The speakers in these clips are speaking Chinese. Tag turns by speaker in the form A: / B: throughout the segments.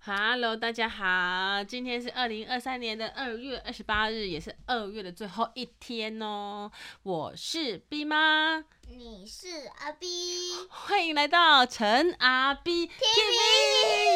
A: Hello，大家好，今天是二零二三年的二月二十八日，也是二月的最后一天哦。我是 B 妈，
B: 你是阿 B，
A: 欢迎来到陈阿 B TV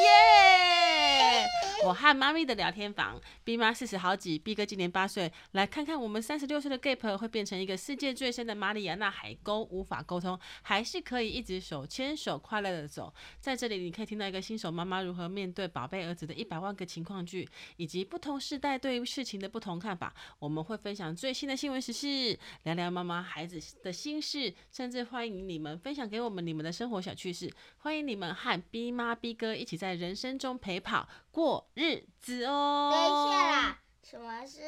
A: 耶！我和妈咪的聊天房，B 妈四十好几，B 哥今年八岁，来看看我们三十六岁的 Gap 会变成一个世界最深的马里亚纳海沟，无法沟通，还是可以一直手牵手快乐的走。在这里，你可以听到一个新手妈妈如何面对宝贝儿子的一百万个情况剧，以及不同世代对于事情的不同看法。我们会分享最新的新闻时事，聊聊妈妈孩子的心事，甚至欢迎你们分享给我们你们的生活小趣事。欢迎你们和 B 妈 B 哥一起在人生中陪跑过日子哦。
B: 等一下啦，什么是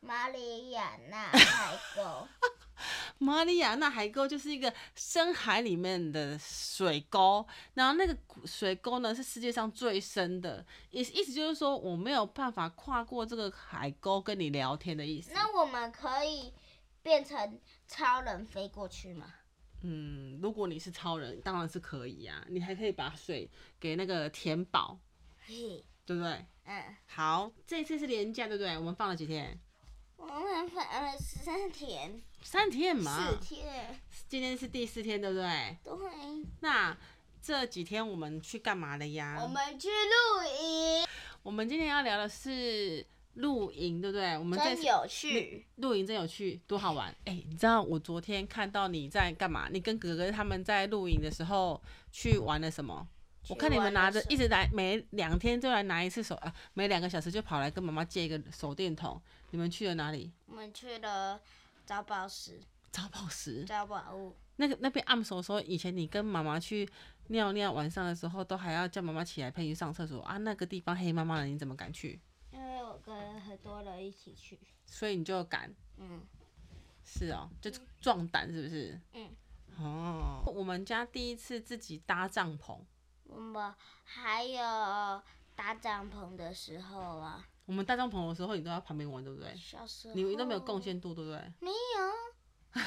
B: 马里亚纳海沟？
A: 马里亚纳海沟就是一个深海里面的水沟，然后那个谷水沟呢是世界上最深的，意思意思就是说我没有办法跨过这个海沟跟你聊天的意思。
B: 那我们可以变成超人飞过去吗？
A: 嗯，如果你是超人，当然是可以啊，你还可以把水给那个填饱，
B: 嘿，
A: 对不对？
B: 嗯，
A: 好，这次是连假，对不对？我们放了几天？
B: 我们反了十三天，
A: 三天嘛
B: 四，天，
A: 今天是第四天，对不对？
B: 对，
A: 那这几天我们去干嘛了呀？
B: 我们去露营，
A: 我们今天要聊的是露营，对不对？我们这
B: 真
A: 次
B: 有趣。
A: 露营真有趣，多好玩！哎、你知道我昨天看到你在干嘛？你跟哥哥他们在露营的时候去玩了什么？我看你们拿着，一
B: 直
A: 直来，每两天就来拿一次手，啊，每两个小时就跑来跟妈妈借一个手电筒。你们去了哪里？
B: 我们去了找宝石、
A: 找宝石。
B: 找宝物，
A: 那个那边暗手说，以前你跟妈妈去尿尿，晚上的时候都还要叫妈妈起来陪你上厕所啊。那个地方黑麻麻的，你怎么敢去？
B: 因为我跟很多人一起去，
A: 所以你就敢
B: 嗯，
A: 是哦，就是壮胆是不是？
B: 嗯。
A: 哦，我们家第一次自己搭帐篷，
B: 我们嗯还有搭帐篷的时候啊，
A: 我们搭帐篷的时候，你都在旁边玩，对不对？
B: 小时候
A: 你都没有贡，献度，对不对？
B: 没有，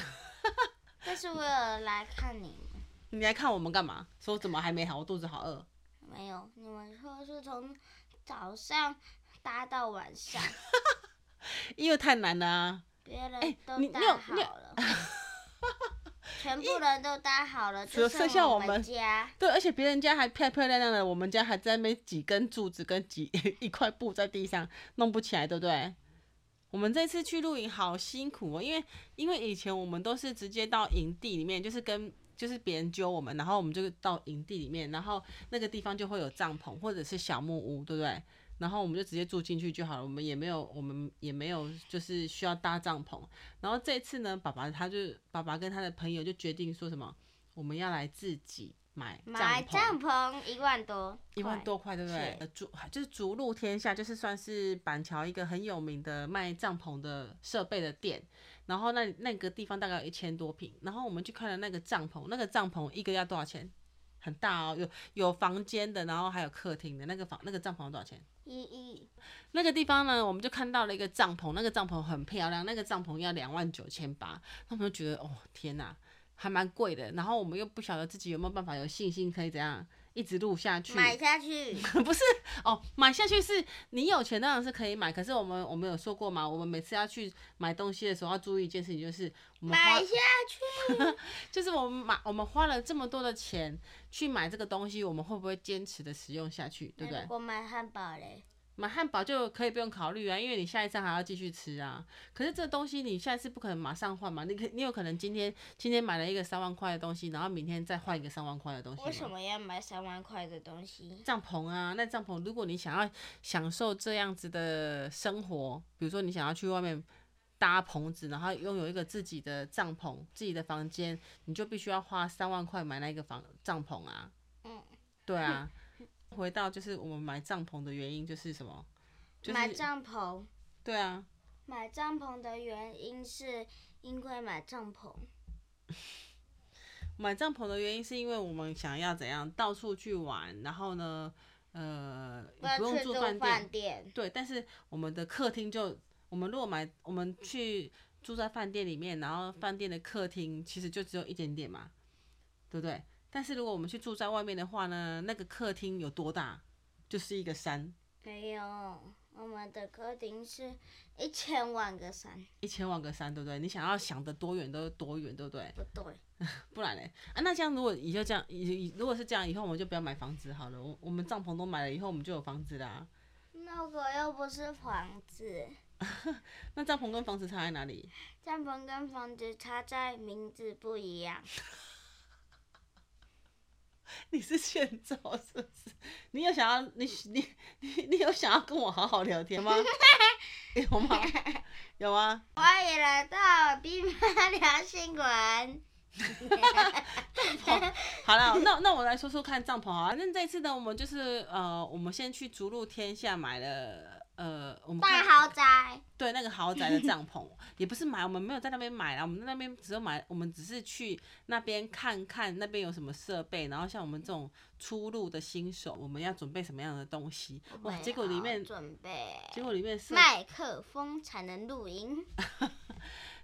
B: 但是我有来看你们，
A: 你来看我们干嘛？说怎么还没好，我肚子好饿。
B: 没有，你们说是从早上搭到晚上，
A: 因为太难了啊！
B: 别
A: 哎
B: 人都
A: 你你有
B: 搭好 了，全部人都搭好了，
A: 只有
B: 就剩
A: 剩下我
B: 我
A: 们
B: 家，
A: 对，而且别人家还漂漂亮亮的，我们家还在那边几根柱子跟几 一块布在地上弄不起来，对不对？我们这次去露营好辛苦哦，因为因为以前我们都是直接到营地里面，就是跟就是别人揪我们，然后我们就到营地里面，然后那个地方就会有帐篷或者是小木屋，对不对？然后我们就直接住进去就好了，我们也没有我们也没有就是需要搭帐篷。然后这次呢，爸爸他就爸爸跟他的朋友就决定说什么，我们要来自己买
B: 买
A: 帐篷
B: 帐篷一万多，
A: 一万，多块，对不对
B: 是？
A: 呃竹就是竹鹿天下，就是算是板桥一个很有名的卖帐篷的设备的店。然后那那个地方大概有一千多平，然后我们去看了那个帐篷，那个帐篷一个要多少钱？很大哦，有有房间的，然后还有客厅的那个房那个帐篷多少钱？
B: 一亿，
A: 那个地方呢，我们就看到了一个帐篷，那个帐篷很漂亮，那个帐篷要两万九千八，他们就觉得哦天哪，还蛮贵的。然后我们又不晓得自己有没有办法有信心可以怎样一直录下去，
B: 买下去，
A: 不是哦，买下去是你有钱当然是可以买，可是我们我们有说过嘛，我们每次要去买东西的时候要注意一件事情，就是我们花
B: 买下去。
A: 就是我们买我们花了这么多的钱去买这个东西，我们会不会坚持的使用下去，对不
B: 那
A: 对
B: 如？果买汉堡嘞，
A: 买汉堡就可以不用考虑啊，因为你下一餐还要继续吃啊。可是这东西你下一次不可能马上换嘛，你可你有可能今天今天买了一个三万块的东西，然后明天再换一个三万块的东西。
B: 为什？么要买三万块的东西？
A: 帐篷啊，那帐篷，如果你想要享受这样子的生活，比如说你想要去外面搭棚子，然后拥有一个自己的帐篷、自己的房间，你就必须要花三万块买那一个房帐篷啊。
B: 嗯，
A: 对啊。回到就是我们买帐篷的原因就是什么？就是
B: 买帐篷，
A: 对啊，
B: 买帐篷的原因是因为买帐篷，
A: 买帐篷的原因是因为我们想要怎样到处去玩，然后呢，呃，也
B: 要
A: 不用
B: 去
A: 住
B: 住
A: 饭店
B: 饭，店，
A: 对，但是我们的客厅就，我们如果买，我们去住在饭店里面，然后饭店的客厅其实就只有一点点嘛，对不对？但是如果我们去住在外面的话呢，那个客厅有多大，就是一个山，
B: 没有，我们的客厅是一千万个山，
A: 一千万个山，对不对？你想要想的多远都多远，对不对？
B: 不对，
A: 不然嘞啊，那这样如果以后这样，以以如果是这样，以后我们就不要买房子好了。我我们帐篷都买了，以后我们就有房子啦。
B: 那个又不是房子，
A: 那帐篷跟房子差在哪里？
B: 帐篷跟房子差在名字不一样。
A: 你是欠揍是不是？你有想要你你你你有想要跟我好好聊 天吗？有吗？有吗？
B: 欢迎来到兵妈聊新闻。
A: 好了，那那我来说说看帐篷啊。那这次呢，我们就是呃，我们先去逐鹿天下买了呃，我们
B: 大
A: 看
B: 豪宅，
A: 对那个豪宅的帐篷，也不是买，我们没有在那边买啦，我们在那边只有买，我们只是去那边看看那边有什么设备，然后像我们这种初入的新手，我们要准备什么样的东西。哇，结果里面
B: 准备
A: 结果里面是
B: 麦克风才能录音，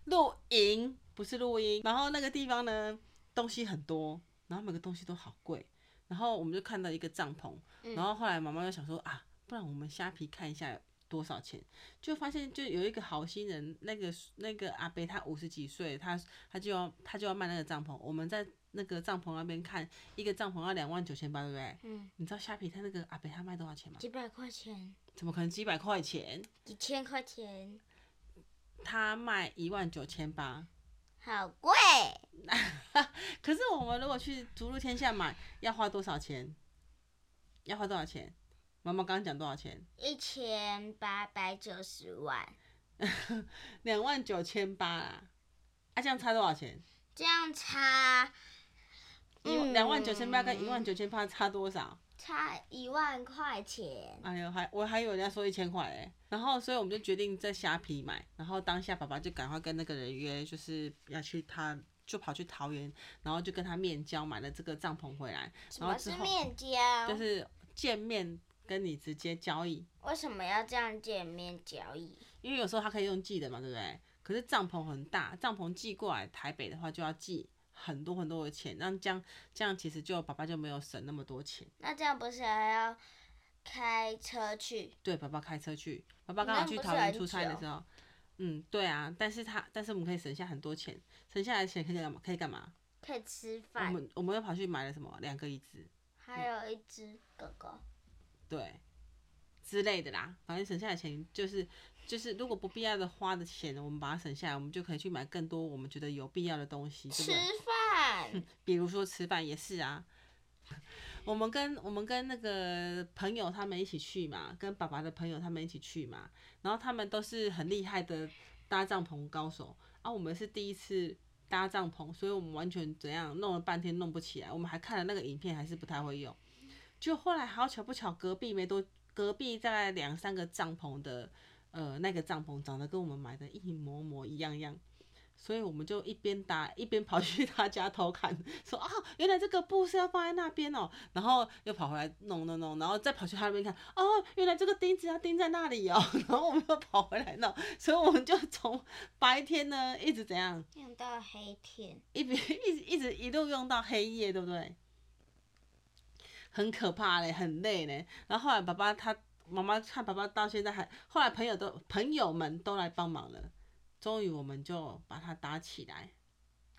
A: 露营，不是露营。然后那个地方呢，东西很多，然后每个东西都好贵。然后我们就看到一个帐篷，
B: 嗯
A: 然后后来妈妈就想说啊，不然我们虾皮看一下多少钱，就发现就有一个好心人，那个那个阿伯他五十几岁，他他就要他就要卖那个帐篷。我们在那个帐篷那边看，一个帐篷要两万九千八，对不对？
B: 嗯，
A: 你知道虾皮他那个阿伯他卖多少钱吗？
B: 几百块钱，
A: 怎么可能几百块钱？
B: 几千块钱，
A: 他卖一万九千八。
B: 好贵。
A: 可是我们如果去逐鹿天下买，要花多少钱？要花多少钱？妈妈刚刚讲多少钱？
B: 一千八百九十万，
A: 两万九千八啦。啊，这样差多少钱？
B: 这样差
A: 一
B: 嗯
A: 两万九千八跟一万九千八差多少？
B: 差一万块钱。
A: 哎呦，还我还有人家说一千块哎。然后，所以我们就决定在虾皮买。然后当下爸爸就赶快跟那个人约，就是要去他。就跑去桃园，然后就跟他面交买了这个帐篷回来，
B: 什
A: 然后
B: 么
A: 之
B: 是
A: 后
B: 面交？
A: 就是见面跟你直接交易，
B: 为什么要这样见面交易？
A: 因为有时候他可以用寄的嘛，对不对？可是帐篷很大，帐篷寄过来台北的话就要寄很多很多的钱，那这样这样其实就爸爸就没有省那么多钱。
B: 那这样不是还要开车去？
A: 对，爸爸开车去，爸爸
B: 你
A: 刚好
B: 那
A: 去
B: 不是
A: 桃园
B: 很
A: 出差的
B: 久
A: 时候，嗯，对啊，但是他但是我们可以省下很多钱，省下来的钱可以干嘛？可以干嘛？
B: 可以吃
A: 我
B: 饭，
A: 们我们又跑去买了什么？两个椅子，
B: 还有一只狗狗。
A: 对，之类的啦。反正省下的钱就是就是如果不必要的花的钱，我们把它省下来，我们就可以去买更多我们觉得有必要的东西，对
B: 吃
A: 不对？
B: 饭，
A: 比如说吃饭也是啊。 我们跟我们跟那个朋友他们一起去嘛，跟爸爸的朋友他们一起去嘛，然后他们都是很厉害的搭帐篷高手啊，我们是第一次搭帐篷，所以我们完全怎样弄了半天弄不起来，我们还看了那个影片还是不太会用，就后来好巧不巧，隔壁没多隔壁大概两三个帐篷的呃那个帐篷长得跟我们买的一模模一样样，所以我们就一边搭一边跑去他家偷看，说啊，原来这个布是要放在那边哦，然后又跑回来弄弄弄，然后再跑去他那边看，哦，原来这个钉子要钉在那里哦， 然后我们又跑回来弄，所以我们就从白天呢一直怎样，
B: 用到黑天，
A: 一边一直一直一路用到黑夜，对不对？很可怕嘞，很累嘞。然后后来爸爸他妈妈看爸爸到现在还，后来朋友都朋友们都来帮忙了，终于我们就把它搭起来。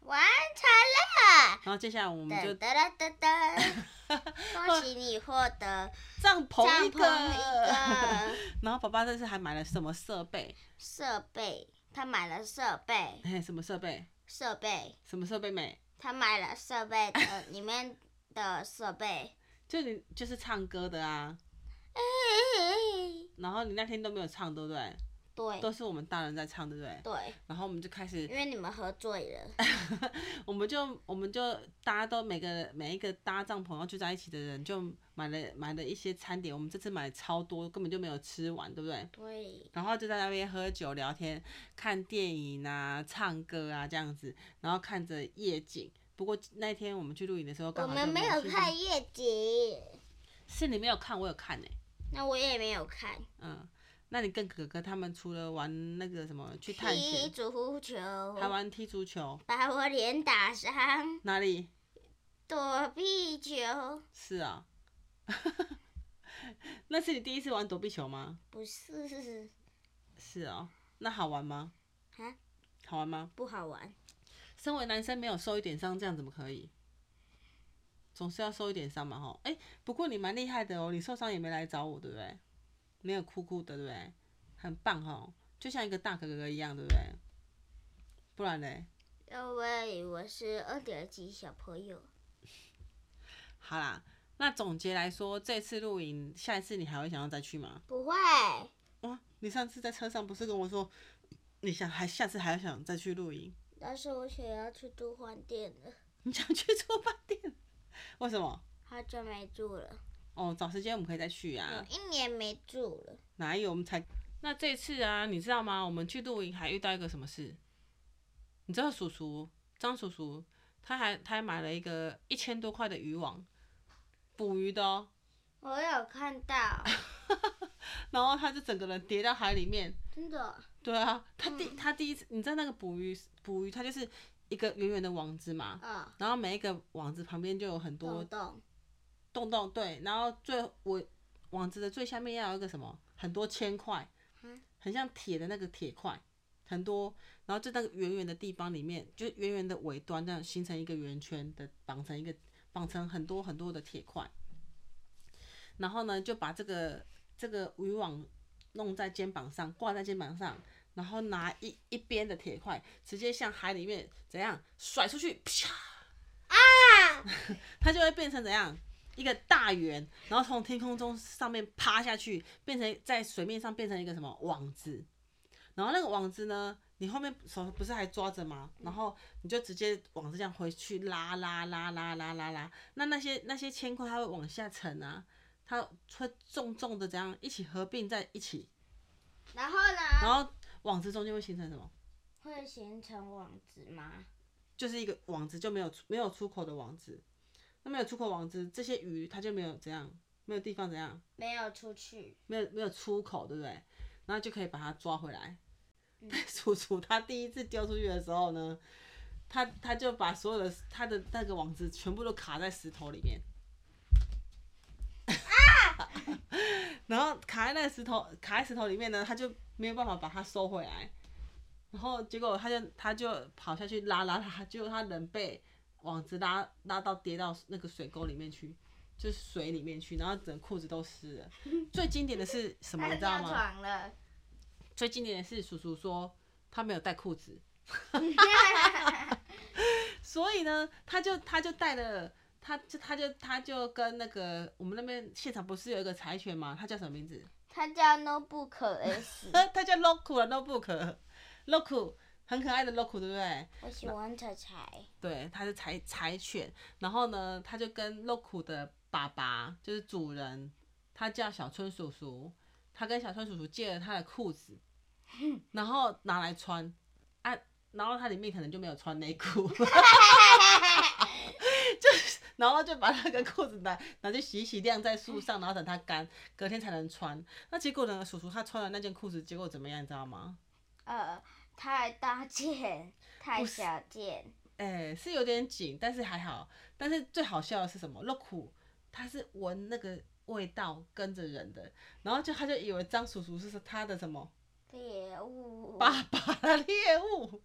B: 完成了。
A: 然后接下来我们就
B: 噔噔噔噔噔， 恭喜你获得
A: 帐
B: 帐
A: 篷一
B: 篷
A: 个，
B: 一个。
A: 然后爸爸这次还买了什么设备？
B: 设备，他买了设备，
A: 哎，什么设备？
B: 设备，
A: 什么设备没？
B: 他买了设备的里面的设备。
A: 就你就是唱歌的啊，然后你那天都没有唱，对不对？
B: 对
A: 都是我们大人在唱，对不对？
B: 对，
A: 然后我们就开始
B: 因为你们喝醉了，
A: 我们就我们就大家都每个每一个搭帐篷要聚在一起的人，就买了买了一些餐点。我们这次买了超多，根本就没有吃完，对不对？
B: 对，
A: 然后就在那边喝酒、聊天、看电影啊、唱歌啊这样子，然后看着夜景。不过那天我们去露营的时候，
B: 我
A: 刚好
B: 们
A: 就
B: 没有
A: 去
B: 看，夜景，
A: 是你没有看，我有看呢、
B: 那我也没有看。
A: 嗯，那你跟哥哥他们除了玩那个什么去探
B: 踢
A: 险，
B: 足球，
A: 还玩踢足球，
B: 把我脸打伤，
A: 哪里
B: 躲避球，
A: 是啊？那是你第一次玩躲避球吗？
B: 不是
A: 是哦，那好玩吗？
B: 啊，
A: 好玩吗？
B: 不好玩。
A: 身为男生没有受一点伤，这样怎么可以？总是要受一点伤嘛，吼。哎、不过你蛮厉害的哦，你受伤也没来找我，对不对？没有哭哭的，对不对？很棒吼，就像一个大哥哥一样，对不对？不然嘞，
B: 因为我是二年级小朋友，
A: 好啦，那总结来说，这次露营，下一次你还会想要再去吗？
B: 不会，
A: 哇，你上次在车上不是跟我说，你想还下次还想再去露营？
B: 但是我想要去住饭店了，
A: 你想去住饭店？为什么？
B: 好久没住了，
A: 哦，找时间我们可以再去呀、
B: 有一年没住了。
A: 哪有我们才？那这次啊，你知道吗？我们去露营还遇到一个什么事？你知道叔叔张叔叔，他还他还买了一个一千多块的渔网，捕鱼的哦。
B: 我有看 到，
A: 然后他就整个人跌到海里面。
B: 真的，
A: 对啊，他第、他第一次，你知道那个捕鱼捕鱼，它就是一个圆圆的网子嘛，
B: 啊、
A: 然后每一个网子旁边就有很多
B: 懂懂，
A: 洞洞，对，然后最我网子的最下面要有一个什么，很多铅块
B: 嗯，
A: 很像铁的那个铁块，很多，然后就那个圆圆的地方里面，就圆圆的尾端这样形成一个圆圈的，绑成一个绑成很多很多的铁块，然后呢就把这个这个渔网弄在肩膀上，挂在肩膀上。然后拿一一边的铁块，直接向海里面怎样甩出去，啪！ 它就会变成怎样一个大圆，然后从天空中上面趴下去，变成在水面上变成一个什么网子，然后那个网子呢，你后面手不是还抓着吗？然后你就直接网子这样回去拉拉拉拉拉拉拉，那那些那些铅块它会往下沉啊，它会重重的怎样一起合并在一起，
B: 然后呢，
A: 然后网子中间会形成什么？
B: 会形成网子吗？
A: 就是一个网子就没有出没有出口的网子，那没有出口网子，这些鱼它就没有怎样，没有地方怎样。
B: 没有出去，
A: 没有没有出口，对不对？然后就可以把它抓回来。
B: 嗯
A: 叔叔他第一次丢出去的时候呢，他他就把所有的他的那个网子全部都卡在石头里面。
B: 啊
A: 然后卡在那个石头，卡在石头里面呢，他就没有办法把它收回来。然后结果他就他就跑下去拉拉拉，结果他人被网子拉拉到跌到那个水沟里面去，就是水里面去，然后整个裤子都湿了。最经典的是什么，
B: 他
A: 你知道吗？
B: 尿 床了，
A: 最经典的是叔叔说他没有带裤子，所以呢，他就他就带了，他就他就他就跟那个我们那边现场不是有一个柴犬吗？他叫什么名字？
B: 他叫 notebook s，
A: 他叫 Loku 啊，Notebook，Loku 很可爱的 Loku，对不对？
B: 我喜欢彩彩，
A: 对，它是柴柴犬。然后呢，它就跟 Loku 的爸爸，就是主人，他叫小春叔叔，他跟小春叔叔借了他的裤子，然后拿来穿啊，然后它里面可能就没有穿内裤， 就是然后就把那个裤子拿拿去洗一洗，晾在树上，然后等它干，隔天才能穿。那结果呢，叔叔他穿了那件裤子，结果怎么样，你知道吗？
B: 呃，太大件，太小件，
A: 哎、是有点紧，但是还好。但是最好笑的是什么？乐苦他是闻那个味道跟着人的，然后就他就以为张叔叔是他的什么
B: 猎物，
A: 爸爸的猎物，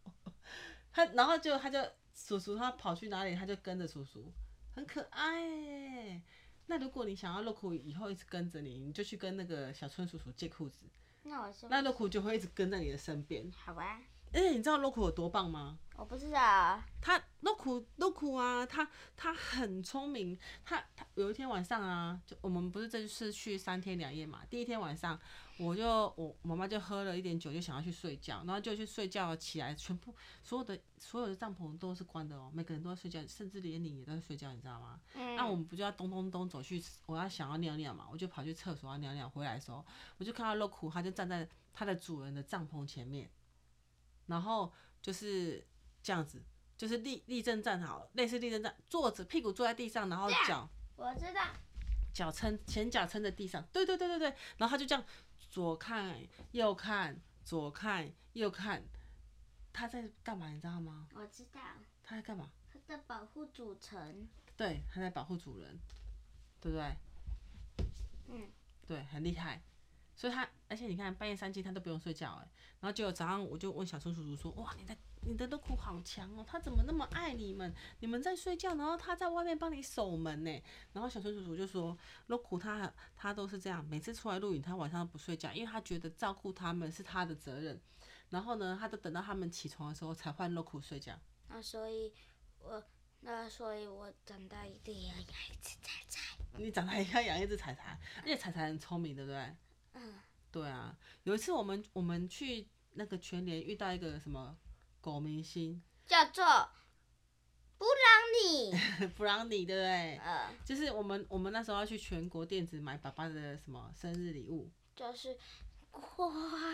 A: 他然后就他就叔叔他跑去哪里他就跟着叔叔，很可爱欸。那如果你想要乐苦以后一直跟着你，你就去跟那个小春叔叔借裤子，
B: 那我是
A: 那乐苦就会一直跟在你的身边。
B: 好吧，
A: 而且你知道乐苦有多棒吗？
B: 我不知道，啊
A: 他 n o k 啊，他他很聪明。他他有一天晚上啊，就我们不是这次去三天两夜嘛。第一天晚上，我就我妈妈就喝了一点酒，就想要去睡觉，然后就去睡觉，起来全部所有的所有的帐篷都是关的哦，每个人都在睡觉，甚至连你也在睡觉，你知道吗？
B: 嗯，
A: 那我们不就要咚咚咚走去，我要想要尿尿嘛，我就跑去厕所要尿尿，回来的时候，我就看到 Loku，他就站在他的主人的帐篷前面，然后就是这样子，就是立立正站好，类似立正站，坐着屁股坐在地上，然后脚
B: 我知道，
A: 脚撑前脚撑在地上，对对对对对，然后他就这样左看右看左看右看，他在干嘛你知道吗？
B: 我知道，
A: 他在干嘛？
B: 它在保护组成，
A: 对，他在保护主人，对不对？
B: 嗯，
A: 对，很厉害。所以他，而且你看半夜三更他都不用睡觉哎，然后结果早上我就问小松叔叔说，哇，你的你的 l o 好强哦，他怎么那么爱你们？你们在睡觉，然后他在外面帮你守门呢。然后小松叔叔就说 l o 他他都是这样，每次出来录影他晚上都不睡觉，因为他觉得照顾他们是他的责任。然后呢，他都等到他们起床的时候才换 l o 睡觉。
B: 那所以我那所以我长大一定要养一只彩彩。
A: 你长大也要养一只彩彩，而且彩彩很聪明，对不对？
B: 嗯，
A: 对啊，有一次我们我们去那个全联遇到一个什么狗明星
B: 叫做布朗 尼。
A: 弗朗尼，对不对？
B: 呃，
A: 就是我们我们那时候要去全国电子买爸爸的什么生日礼物，
B: 就是刮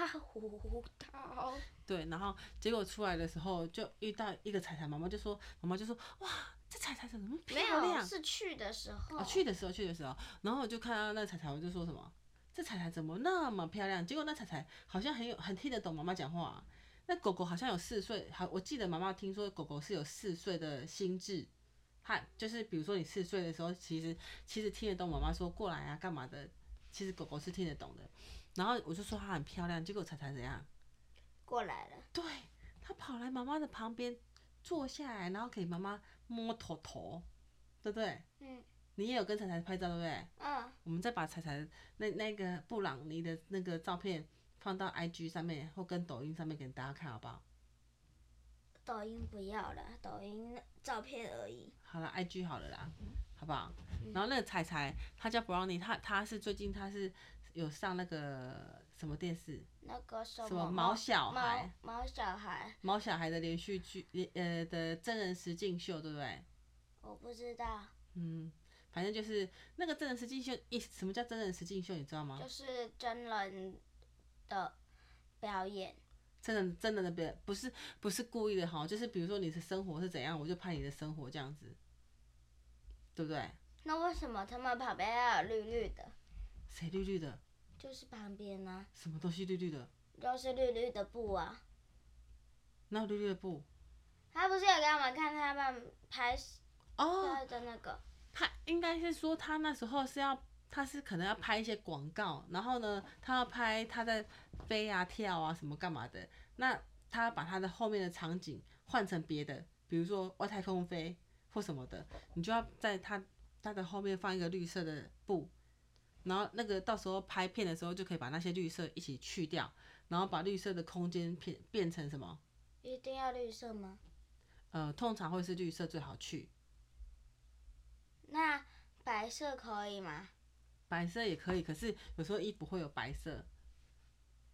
B: 胡刀。
A: 对，然后结果出来的时候就遇到一个彩彩，妈妈就说妈妈就说哇，这彩彩怎么那么漂
B: 没有，
A: 亮？
B: 是啊去的时候。
A: 哦，去的时候去的时候，然后我就看到那个彩彩，我就说什么这彩彩怎么那么漂亮？结果那彩彩好像很有很听得懂妈妈讲话、那狗狗好像有四岁，好，我记得妈妈听说狗狗是有四岁的心智，它就是比如说你四岁的时候，其实其实听得懂妈妈说过来啊干嘛的，其实狗狗是听得懂的。然后我就说它很漂亮，结果彩彩怎样？
B: 过来了。
A: 对，它跑来妈妈的旁边坐下来，然后给妈妈摸头头，对不对？
B: 嗯
A: 你也有跟彩彩拍照，对不对？
B: 嗯，
A: 我们再把彩彩那那个布朗尼的那个照片放到 IG 上面或跟抖音上面给大家看，好不好？
B: 抖音不要了，抖音照片而已。
A: 好了，IG 好了啦，好不好？然后那个彩彩，她叫 Brownie，她她是最近她是有上那个什么电视
B: 那个什
A: 什么
B: 么
A: 毛小孩
B: 毛毛小孩，
A: 毛小孩的连续剧，呃的真人实境秀，对不对？
B: 我不知道，
A: 嗯，反正就是那个真人实境秀，一什么叫真人实境秀，你知道吗？
B: 就是真人的表演。
A: 真的真的的别不是不是故意的哈，就是比如说你的生活是怎样，我就拍你的生活这样子，对不对？
B: 那为什么他们旁边要有绿绿的？
A: 谁绿绿的？
B: 就是旁边呢、
A: 什么东西绿绿的？
B: 就是绿绿的布啊。
A: 哪有绿绿的布？
B: 他不是有给我们看他们拍
A: 哦，
B: 摄的那个？
A: 他应该是说他那时候是要，他是可能要拍一些广告，然后呢，他要拍他在飞啊、跳啊什么干嘛的。那他把他的后面的场景换成别的，比如说外太空飞或什么的，你就要在他他的后面放一个绿色的布，然后那个到时候拍片的时候就可以把那些绿色一起去掉，然后把绿色的空间变变成什么？
B: 一定要绿色吗？
A: 呃，通常会是绿色最好去，
B: 那白色可以吗？
A: 白色也可以，可是有时候衣服会有白色，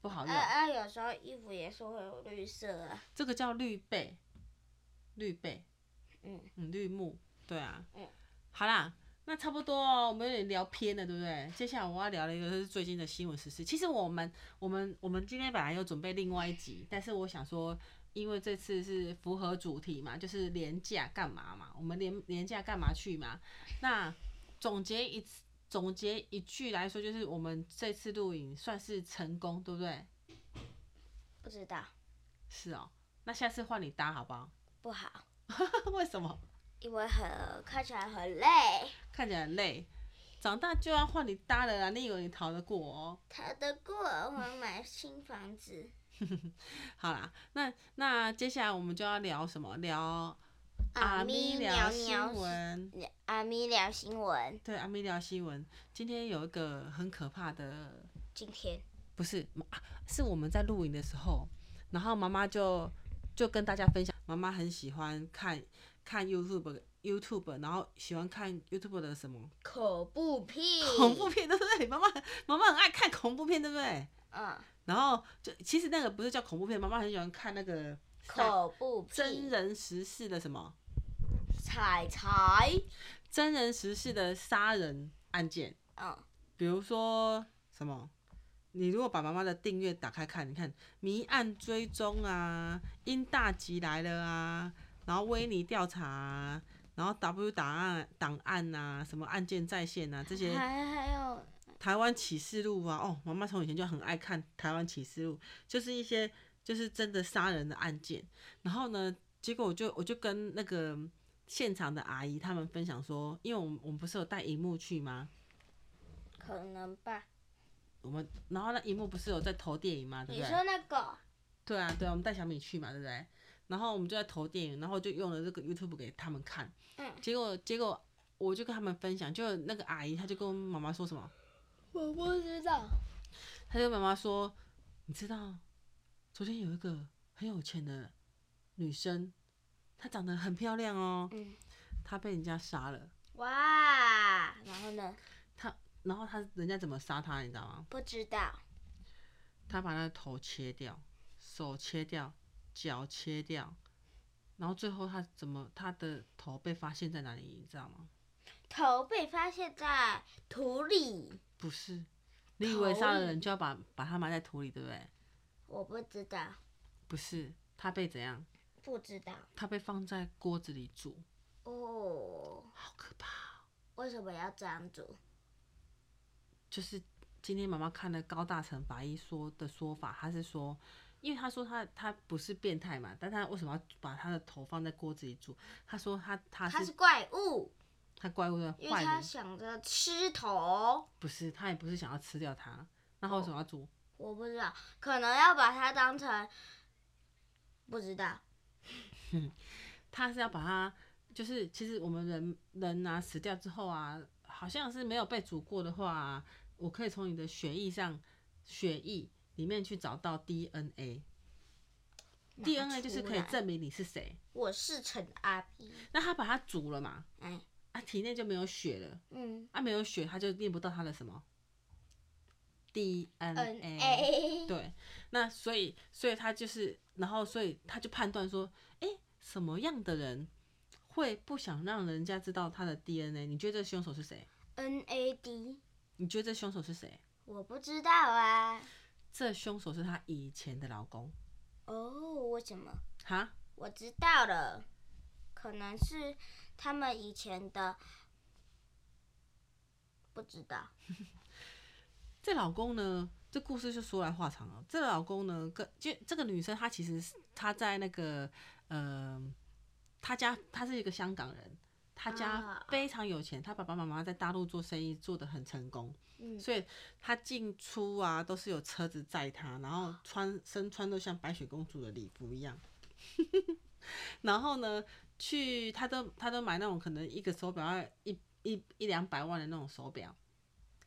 A: 不好
B: 啊
A: 用。
B: 啊，有时候衣服也是会有绿色啊。
A: 这个叫绿背，绿背，
B: 嗯
A: 嗯，绿幕，对啊，
B: 嗯
A: 好啦，那差不多哦，我们有点聊偏了，对不对？接下来我要聊的一个就是最近的新闻时事。其实我们我们我们今天本来有准备另外一集，但是我想说，因为这次是符合主题嘛，就是廉价干嘛嘛，我们廉廉价干嘛去嘛？那总结一次。总结一句来说，就是我们这次录影算是成功，对不对？
B: 不知道，
A: 是哦，那下次换你搭好不好？
B: 不好，
A: 为什么？
B: 因为很看起来很累，
A: 看起来很累，长大就要换你搭了啦！你以为你逃得过哦？
B: 逃得过我买新房子。
A: 好啦，那那接下来我们就要聊什么？聊阿咪聊
B: 聊
A: 新
B: 聊
A: 闻。
B: 阿咪聊新闻，
A: 对，阿咪聊新闻。今天有一个很可怕的，
B: 今天
A: 不是、啊是我们在录影的时候，然后妈妈就就跟大家分享，妈妈很喜欢看看 YouTube YouTube，然后喜欢看 YouTube 的什么
B: 恐怖片，
A: 恐怖，片，对不对？妈妈妈妈很爱看恐怖片，对不对？
B: 嗯，
A: 然后就其实那个不是叫恐怖片，妈妈很喜欢看那个
B: 恐怖片，
A: 真人实事的什么
B: 彩彩，
A: 真人实事的杀人案件，
B: 嗯，
A: 比如说什么，你如果把妈妈的订阅打开看，你看《迷案追踪》啊，《因大吉来了》啊，然后《威尼调查》啊，然后 W 档案档案啊，什么案件在线啊，这些
B: 还还有
A: 台湾启示录啊，哦，妈妈从以前就很爱看台湾启示录，就是一些就是真的杀人的案件。然后呢，结果我就我就跟那个现场的阿姨他们分享说，因为我们我们不是有带荧幕去吗？
B: 可能吧，
A: 我们然后那荧幕不是有在投电影吗？对
B: 你
A: 不对？
B: 说那个
A: 对啊，对啊，我们带小米去嘛，对不对？然后我们就在投电影，然后就用了这个 YouTube 给他们看。
B: 嗯
A: 结果结果我就跟他们分享，就那个阿姨她就跟妈妈说什么，
B: 我不知道，
A: 她就跟妈妈说，你知道昨天有一个很有钱的女生，她长得很漂亮哦，
B: 嗯，
A: 她被人家杀了。
B: 哇，然后呢？
A: 她然后她人家怎么杀她，你知道吗？
B: 不知道，
A: 她把她的头切掉，手切掉，脚切掉。然后最后她怎么她的头被发现在哪里，你知道吗？
B: 头被发现在土里，
A: 不是，你以为杀了
B: 头
A: 人就要把把它埋在土里，对不对？
B: 我不知道，
A: 不是，它被怎样？
B: 不知道
A: 它被放在锅子里煮，
B: 哦，
A: 好可怕！
B: 为什么要这样做？
A: 就是今天妈妈看了高大成法医说的说法，他是说，因为他说他他不是变态嘛，但他为什么要把他的头放在锅子里煮？他说他他
B: 他
A: 是
B: 是怪物，
A: 他怪物的
B: 因
A: 坏
B: 为他
A: 人，
B: 想着吃头，
A: 不是他也不是想要吃掉他，那他为什
B: 哦
A: 么要煮？
B: 我不知道，可能要把它当成，不知道，
A: 他是要把它，就是其实我们人人啊死掉之后啊，好像是没有被煮过的话、啊，我可以从你的血液上血液里面去找到 DNA。
B: 拿
A: DNA 就是可以
B: 出来
A: 证明你是谁。
B: 我是陈阿 B，
A: 那他把它煮了嘛，
B: 哎，
A: 啊，体内就没有血了，
B: 嗯
A: 啊，没有血，他就念不到他的什么
B: ，N
A: DNA。
B: A，
A: 对，那所以，所以他就是，然后所以他就判断说，哎、什么样的人会不想让人家知道他的 DNA？你觉得这凶手是谁？
B: N A D，
A: 你觉得这凶手是谁？
B: 我不知道啊，
A: 这凶手是她以前的老公，
B: 哦，为什么？
A: 哈？
B: 我知道了，可能是他们以前的，不知道。
A: 这老公呢？这故事就说来话长了。这老公呢，跟就这个女生，她其实是她在那个，呃，她家她是一个香港人，她家
B: 啊
A: 非常有钱，她爸爸妈妈在大陆做生意做得很成功，
B: 嗯，
A: 所以她进出啊都是有车子载她，然后穿身穿都像白雪公主的礼服一样。 然后呢，去她都她都买那种可能一个手表要一一一两百万的那种手表，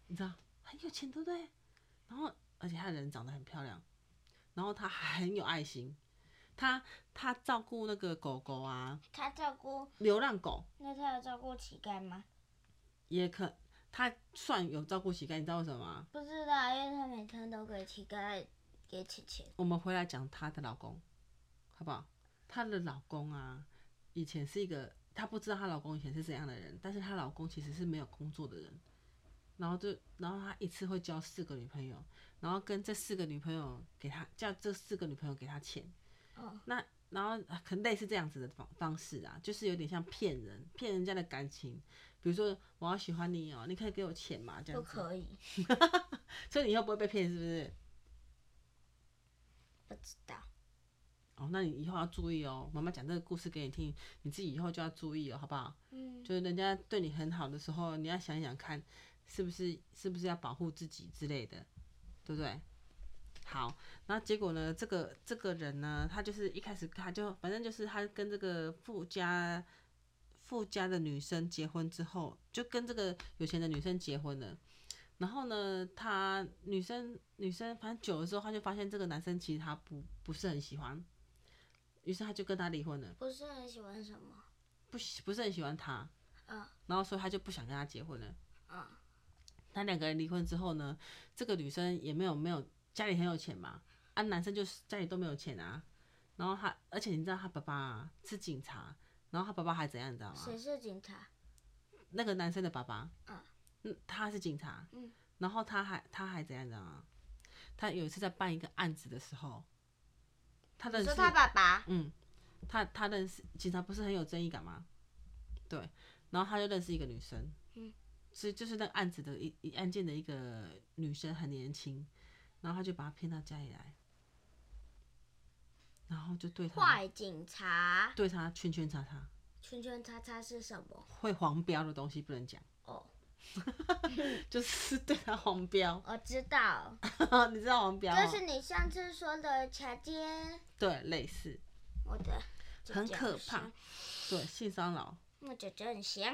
A: 你知道很有钱对不对？然后而且她人长得很漂亮，然后她还很有爱心，她她照顾那个狗狗啊，
B: 他照顾，
A: 流浪狗
B: 那他有照顾乞丐吗？
A: 也可，她算有照顾乞丐，你知道为什么吗？
B: 不知道，因为他每天都给乞丐给钱钱。
A: 我们回来讲她的老公，好不好？她的老公啊，以前是一个，她不知道她老公以前是怎样的人，但是她老公其实是没有工作的人，然后就，然后她一次会交四个女朋友，然后跟这四个女朋友给她叫这四个女朋友给她钱，
B: 哦，
A: 那然后啊可能类似这样子的方方式啊，就是有点像骗人，骗人家的感情，比如说我好喜欢你哦，你可以给我钱嘛，这
B: 不
A: 样子，
B: 可以，
A: 所以你以后不会被骗，是不是？
B: 不知道。
A: 哦，那你以后要注意哦。妈妈讲这个故事给你听，你自己以后就要注意哦，好不好？
B: 嗯，
A: 就是人家对你很好的时候，你要想一想看，是不是是不是要保护自己之类的，对不对？好，那结果呢？这个这个人呢，他就是一开始他就反正就是他跟这个富家富家的女生结婚之后，就跟这个有钱的女生结婚了。然后呢，他女生女生反正久了之后，他就发现这个男生其实他不不是很喜欢，于是他就跟他离婚了，
B: 不是很喜欢什么。
A: 不喜不是很喜欢他。
B: 嗯
A: 然后所以他就不想跟他结婚了。
B: 嗯，
A: 那两个人离婚之后呢，这个女生也没有没有家里很有钱嘛，啊，男生就是家里都没有钱啊。然后他，而且你知道他爸爸、啊、是警察，然后他爸爸还怎样，你知道吗？
B: 谁是警察？
A: 那个男生的爸爸，
B: 嗯
A: 嗯，他是警察，
B: 嗯，
A: 然后他还他还怎样，你知道吗？他有一次在办一个案子的时候，他认
B: 你
A: 识
B: 说他爸爸？
A: 嗯，他他认识警察不是很有正义感吗？对，然后他就认识一个女生，
B: 嗯，
A: 是就是那个案子的一一案件的一个女生很年轻，然后他就把她骗到家里来，然后就对她
B: 坏警
A: 嗯
B: 察，
A: 对她圈圈叉叉，
B: 圈圈叉叉是什么？
A: 会黄标的东西不能讲，
B: 哦，
A: 就是 对他黄标，
B: 我知道，
A: 你知道黄标、哦？
B: 就是你上次说的茶街，
A: 对，类似，
B: 我的姐姐
A: 很可
B: 香
A: 怕，对，性骚扰。
B: 我姐姐很香，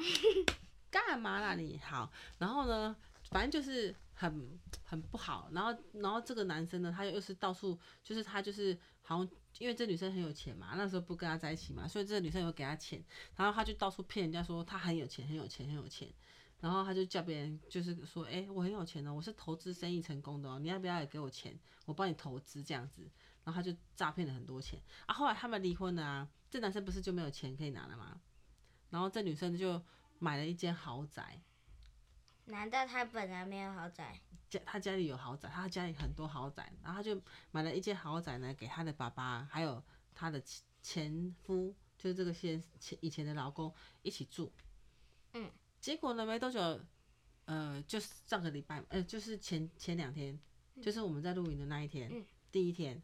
A: 干嘛啦你？好，然后呢，反正就是很很不好。然后，然后这个男生呢，他又是到处，就是他就是好像，因为这女生很有钱嘛，那时候不跟他在一起嘛，所以这个女生有给他钱，然后他就到处骗人家说他很有钱，很有钱，很有钱。然后他就叫别人，就是说，哎、我很有钱哦，我是投资生意成功的哦，你要不要也给我钱？我帮你投资这样子。然后他就诈骗了很多钱啊。后来他们离婚了啊，这男生不是就没有钱可以拿了吗？然后这女生就买了一间豪宅，
B: 难道她本来没有豪宅？
A: 家他家里有豪宅，他家里很多豪宅，然后他就买了一间豪宅呢，给他的爸爸还有他的前前夫，就是这个先前以前的老公一起住。
B: 嗯，
A: 结果呢，没多久，呃，就是上个礼拜，呃，就是前前两天，就是我们在露营的那一天，
B: 嗯
A: 第一天，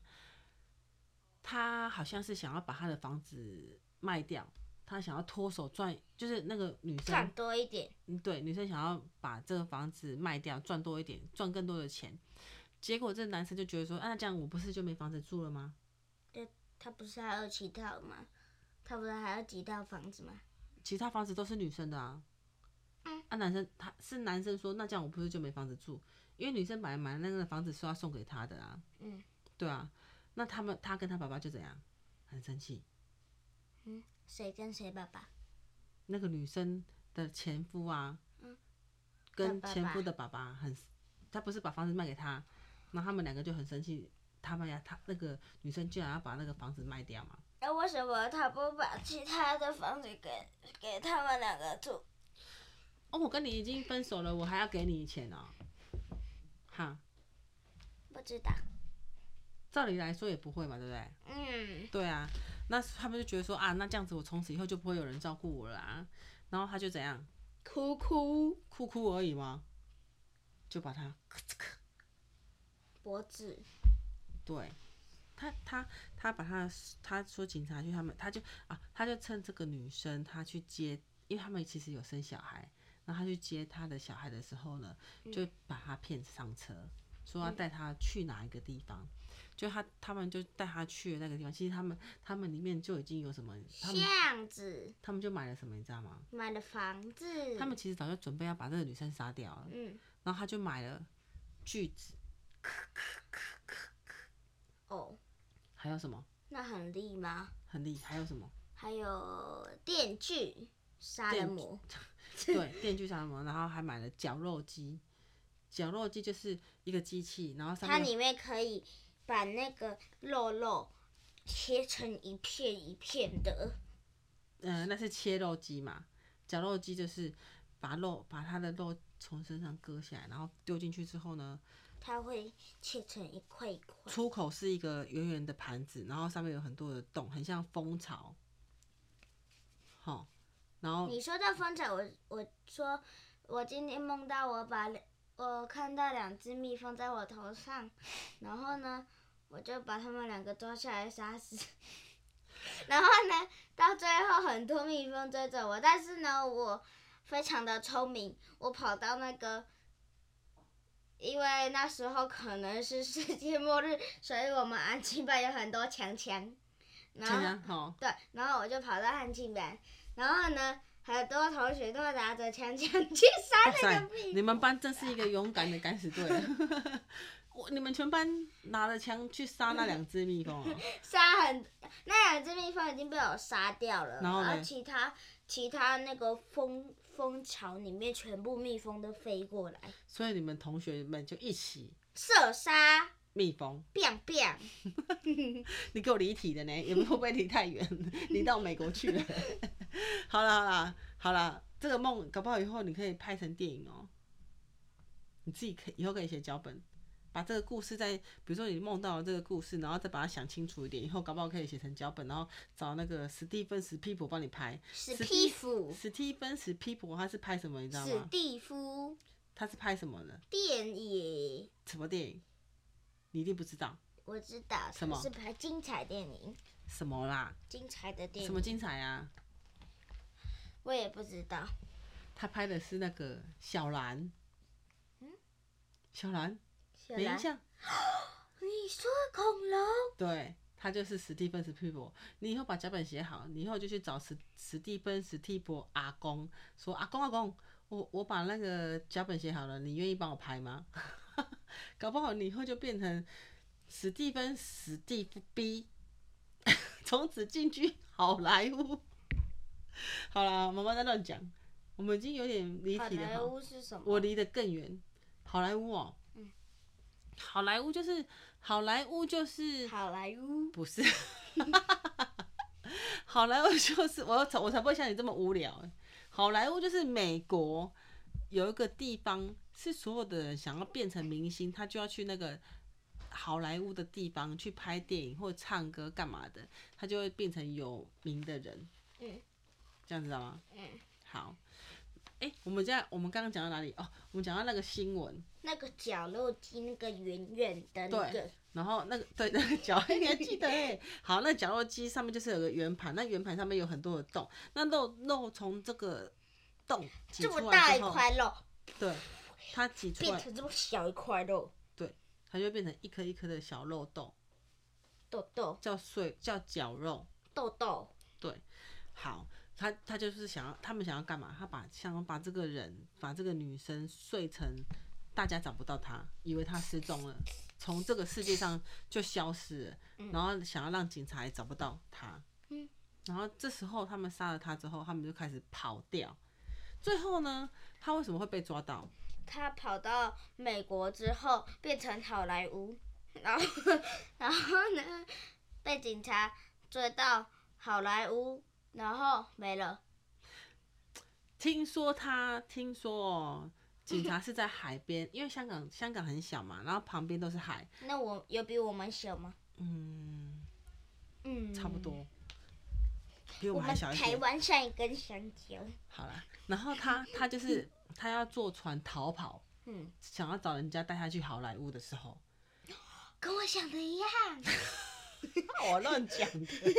A: 他好像是想要把他的房子卖掉，他想要脱手赚，就是那个女生
B: 赚多一点，
A: 嗯，对，女生想要把这个房子卖掉，赚多一点，赚更多的钱。结果这男生就觉得说，啊，那这样我不是就没房子住了吗？
B: 她不是还有其他吗？她不是还有几套房子吗？
A: 其他房子都是女生的啊。
B: 嗯
A: 啊，男生他是男生说，那这样我不是就没房子住？因为女生本来买那个房子是要送给他的啊。
B: 嗯，
A: 对啊，那他们他跟他爸爸就怎样？很生气。
B: 谁跟谁爸爸？
A: 那个女生的前夫啊，
B: 嗯
A: 跟
B: 爸爸
A: 前夫的爸爸很，他不是把房子卖给他，然后他们两个就很生气，他们呀，他那个女生居然要把那个房子卖掉嘛，
B: 那哎为什么她不把其他的房子给给他们两个住？
A: 哦，我跟你已经分手了，我还要给你钱哦，哈，
B: 不知道。
A: 照理来说也不会嘛，对不对？
B: 嗯，
A: 对啊，那他们就觉得说啊，那这样子我从此以后就不会有人照顾我了啊，然后他就怎样，哭哭哭哭而已嘛，就把他
B: 脖子
A: 对，他他他把他他说警察去他们，他就啊，他就趁这个女生她去接，因为他们其实有生小孩，然后他去接他的小孩的时候呢，就把他骗上车，说要带他去哪一个地方。就他他们就带他去那个地方，其实他们他们里面就已经有什么，他们
B: 巷子
A: 他们就买了什么，你知道吗？
B: 买了房子，
A: 他们其实早就准备要把这个女生杀掉了，
B: 嗯
A: 然后他就买了锯子，
B: 哦，
A: 还有什么
B: 那很利吗？
A: 很厉害，还有什么
B: 还有电锯、杀人魔，
A: 对，电锯杀人魔，然后还买了绞肉机。绞肉机就是一个机器，然后上
B: 它
A: 面有
B: 里面可以把那个肉肉切成一片一片的。
A: 呃，那是切肉机嘛。绞肉机就是把肉把它的肉从身上割下来，然后丢进去之后呢，
B: 它会切成一块一块，
A: 出口是一个圆圆的盘子，然后上面有很多的洞，很像蜂巢。好、然后
B: 你说到蜂巢，我我说我今天梦到我把两我看到两只蜜蜂在我头上，然后呢，我就把它们两个抓下来杀死。 然后呢，到最后很多蜜蜂追着我，但是呢，我非常的聪明，我跑到那个，因为那时候可能是世界末日，所以我们安庆班有很多强强，然
A: 参
B: 后
A: 加好，
B: 对，然后我就跑到汉庆班，然后呢，很多同学都拿着枪枪去
A: 哇
B: 杀那
A: 塞
B: 个病，
A: 你们班真是一个勇敢的敢死队 啊。我你们全班拿着枪去杀那两只蜜蜂、哦。
B: 杀很那两只蜜蜂已经被我杀掉了，
A: 然后嘞
B: 其他其他那个蜂蜂巢里面全部蜜蜂都飞过来，
A: 所以你们同学们就一起
B: 射杀
A: 蜜蜂。
B: ，biang biang，
A: 你给我离题的呢，也不会不会离太远， 离到美国去了。 好啦好啦好啦，这个梦搞不好以后你可以拍成电影哦。你自己可以以后可以写脚本，把这个故事再，比如说你梦到了这个故事，然后再把它想清楚一点，以后搞不好可以写成脚本，然后找那个史蒂芬史皮普帮你拍。
B: 史
A: 史
B: 蒂
A: 蒂
B: 夫，
A: 史蒂芬史皮普他是拍什么？你知道
B: 史
A: 吗？
B: 蒂夫
A: 他是拍什么的？
B: 电影。
A: 什么电影？你一定不知道
B: 我知道，
A: 什么
B: 是拍精彩电影，
A: 什么啦？
B: 精彩的电
A: 什么
B: 影，
A: 精彩啊？
B: 我也不知道。
A: 他拍的是那个小兰，小兰
B: 小
A: 没
B: 兰
A: 印象，
B: 你说恐龙？
A: 对，他就是史蒂芬史蒂博。你以后把脚本写好，你以后就去找史史蒂芬史蒂博阿公，说阿公阿公，我我把那个脚本写好了，你愿意帮我拍吗？ 搞不好你以后就变成史蒂芬史蒂夫 B，从此进军好莱坞。好啦，妈妈在乱讲，我们已经有点离
B: 好
A: 题了哈
B: 莱。坞是什么？
A: 我离得更远，好莱坞哦。
B: 嗯
A: 好莱坞就是好莱坞就是
B: 好莱坞
A: 不是？ 好莱坞就是我才我才不会像你这么无聊欸。好莱坞就是美国有一个地方是所有的人想要变成明星，他就要去那个好莱坞的地方去拍电影或唱歌干嘛的，他就会变成有名的人。
B: 嗯，
A: 这样知道啊吗？
B: 嗯，
A: 好，哎、我们这样，我们刚刚讲到哪里？哦，我们讲到那个新闻，
B: 那个绞肉机，那个圆圆的那
A: 对
B: 个，
A: 然后那个对那个绞， 你还记得哎？好，那绞肉机上面就是有个圆盘，那圆盘上面有很多的洞，那肉肉从这个洞挤
B: 这
A: 出
B: 么大
A: 来
B: 一
A: 之后，
B: 块肉
A: 对，它挤出
B: 变
A: 来，
B: 成这么小一块肉，
A: 它就变成一颗一颗的小肉豆，
B: 豆豆
A: 叫碎叫绞肉。
B: 豆豆，
A: 好，他他就是想要，他们想要干嘛？他把想要把这个人，把这个女生碎成，大家找不到她，以为她失踪了，从这个世界上就消失了，然后想要让警察也找不到她。
B: 嗯，
A: 然后这时候他们杀了她之后，他们就开始跑掉。最后呢，他为什么会被抓到？
B: 他跑到美国之后变成好莱坞，然后 然后呢被警察追到好莱坞，然后没了。
A: 听说他听说哦，警察是在海边，因为香港香港很小嘛，然后旁边都是海，
B: 那我有比我们小吗？
A: 嗯，
B: 嗯，
A: 差不。多，比我
B: 我
A: 们还
B: 们
A: 小一
B: 台
A: 点。
B: 湾像一根香蕉。
A: 好了，然后他他就是 他要坐船逃跑，
B: 嗯，
A: 想要找人家带他去好莱坞的时候，
B: 跟我想的一样。
A: 我乱讲的，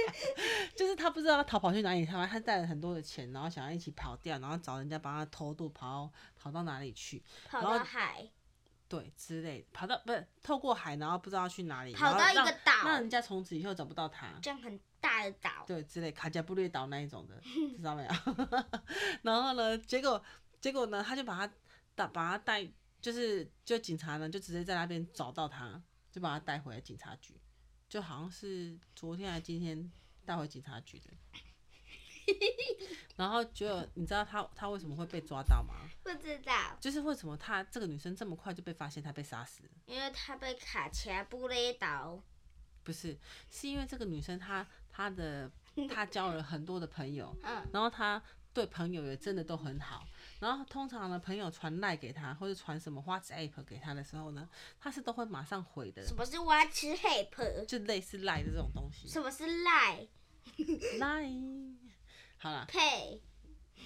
A: 就是他不知道他逃跑去哪里，他他带了很多的钱，然后想要一起跑掉，然后找人家帮他偷渡跑跑到哪里去，
B: 跑
A: 然后
B: 到海，
A: 对之类的，跑到不是透过海，然后不知道去哪里，
B: 跑到
A: 然后
B: 一个
A: 让
B: 岛
A: 让人家从此以后找不到他，
B: 这样很大的岛。
A: 对，之类卡加布列岛那一种的，知道没有？ 然后呢，结果结果呢，他就把他打把他带，就是就警察呢，就直接在那边找到他，就把他带回来警察局，就好像是昨天还是今天带回警察局的。然后结果你知道他他为什么会被抓到吗？
B: 不知道，
A: 就是为什么他这个女生这么快就被发现她被杀死了？
B: 因为他被卡起来布勒岛。
A: 不是，是因为这个女生她她的她交了很多的朋友，
B: 嗯，
A: 然后他对朋友也真的都很好。然后通常呢，朋友传赖给他，或者传什么 WhatsApp 给他的时候呢，他是都会马上回的，
B: 什么是蛙吃 help？
A: 就类似赖的这种东西。
B: 什么是赖
A: 赖，好啦，
B: 配？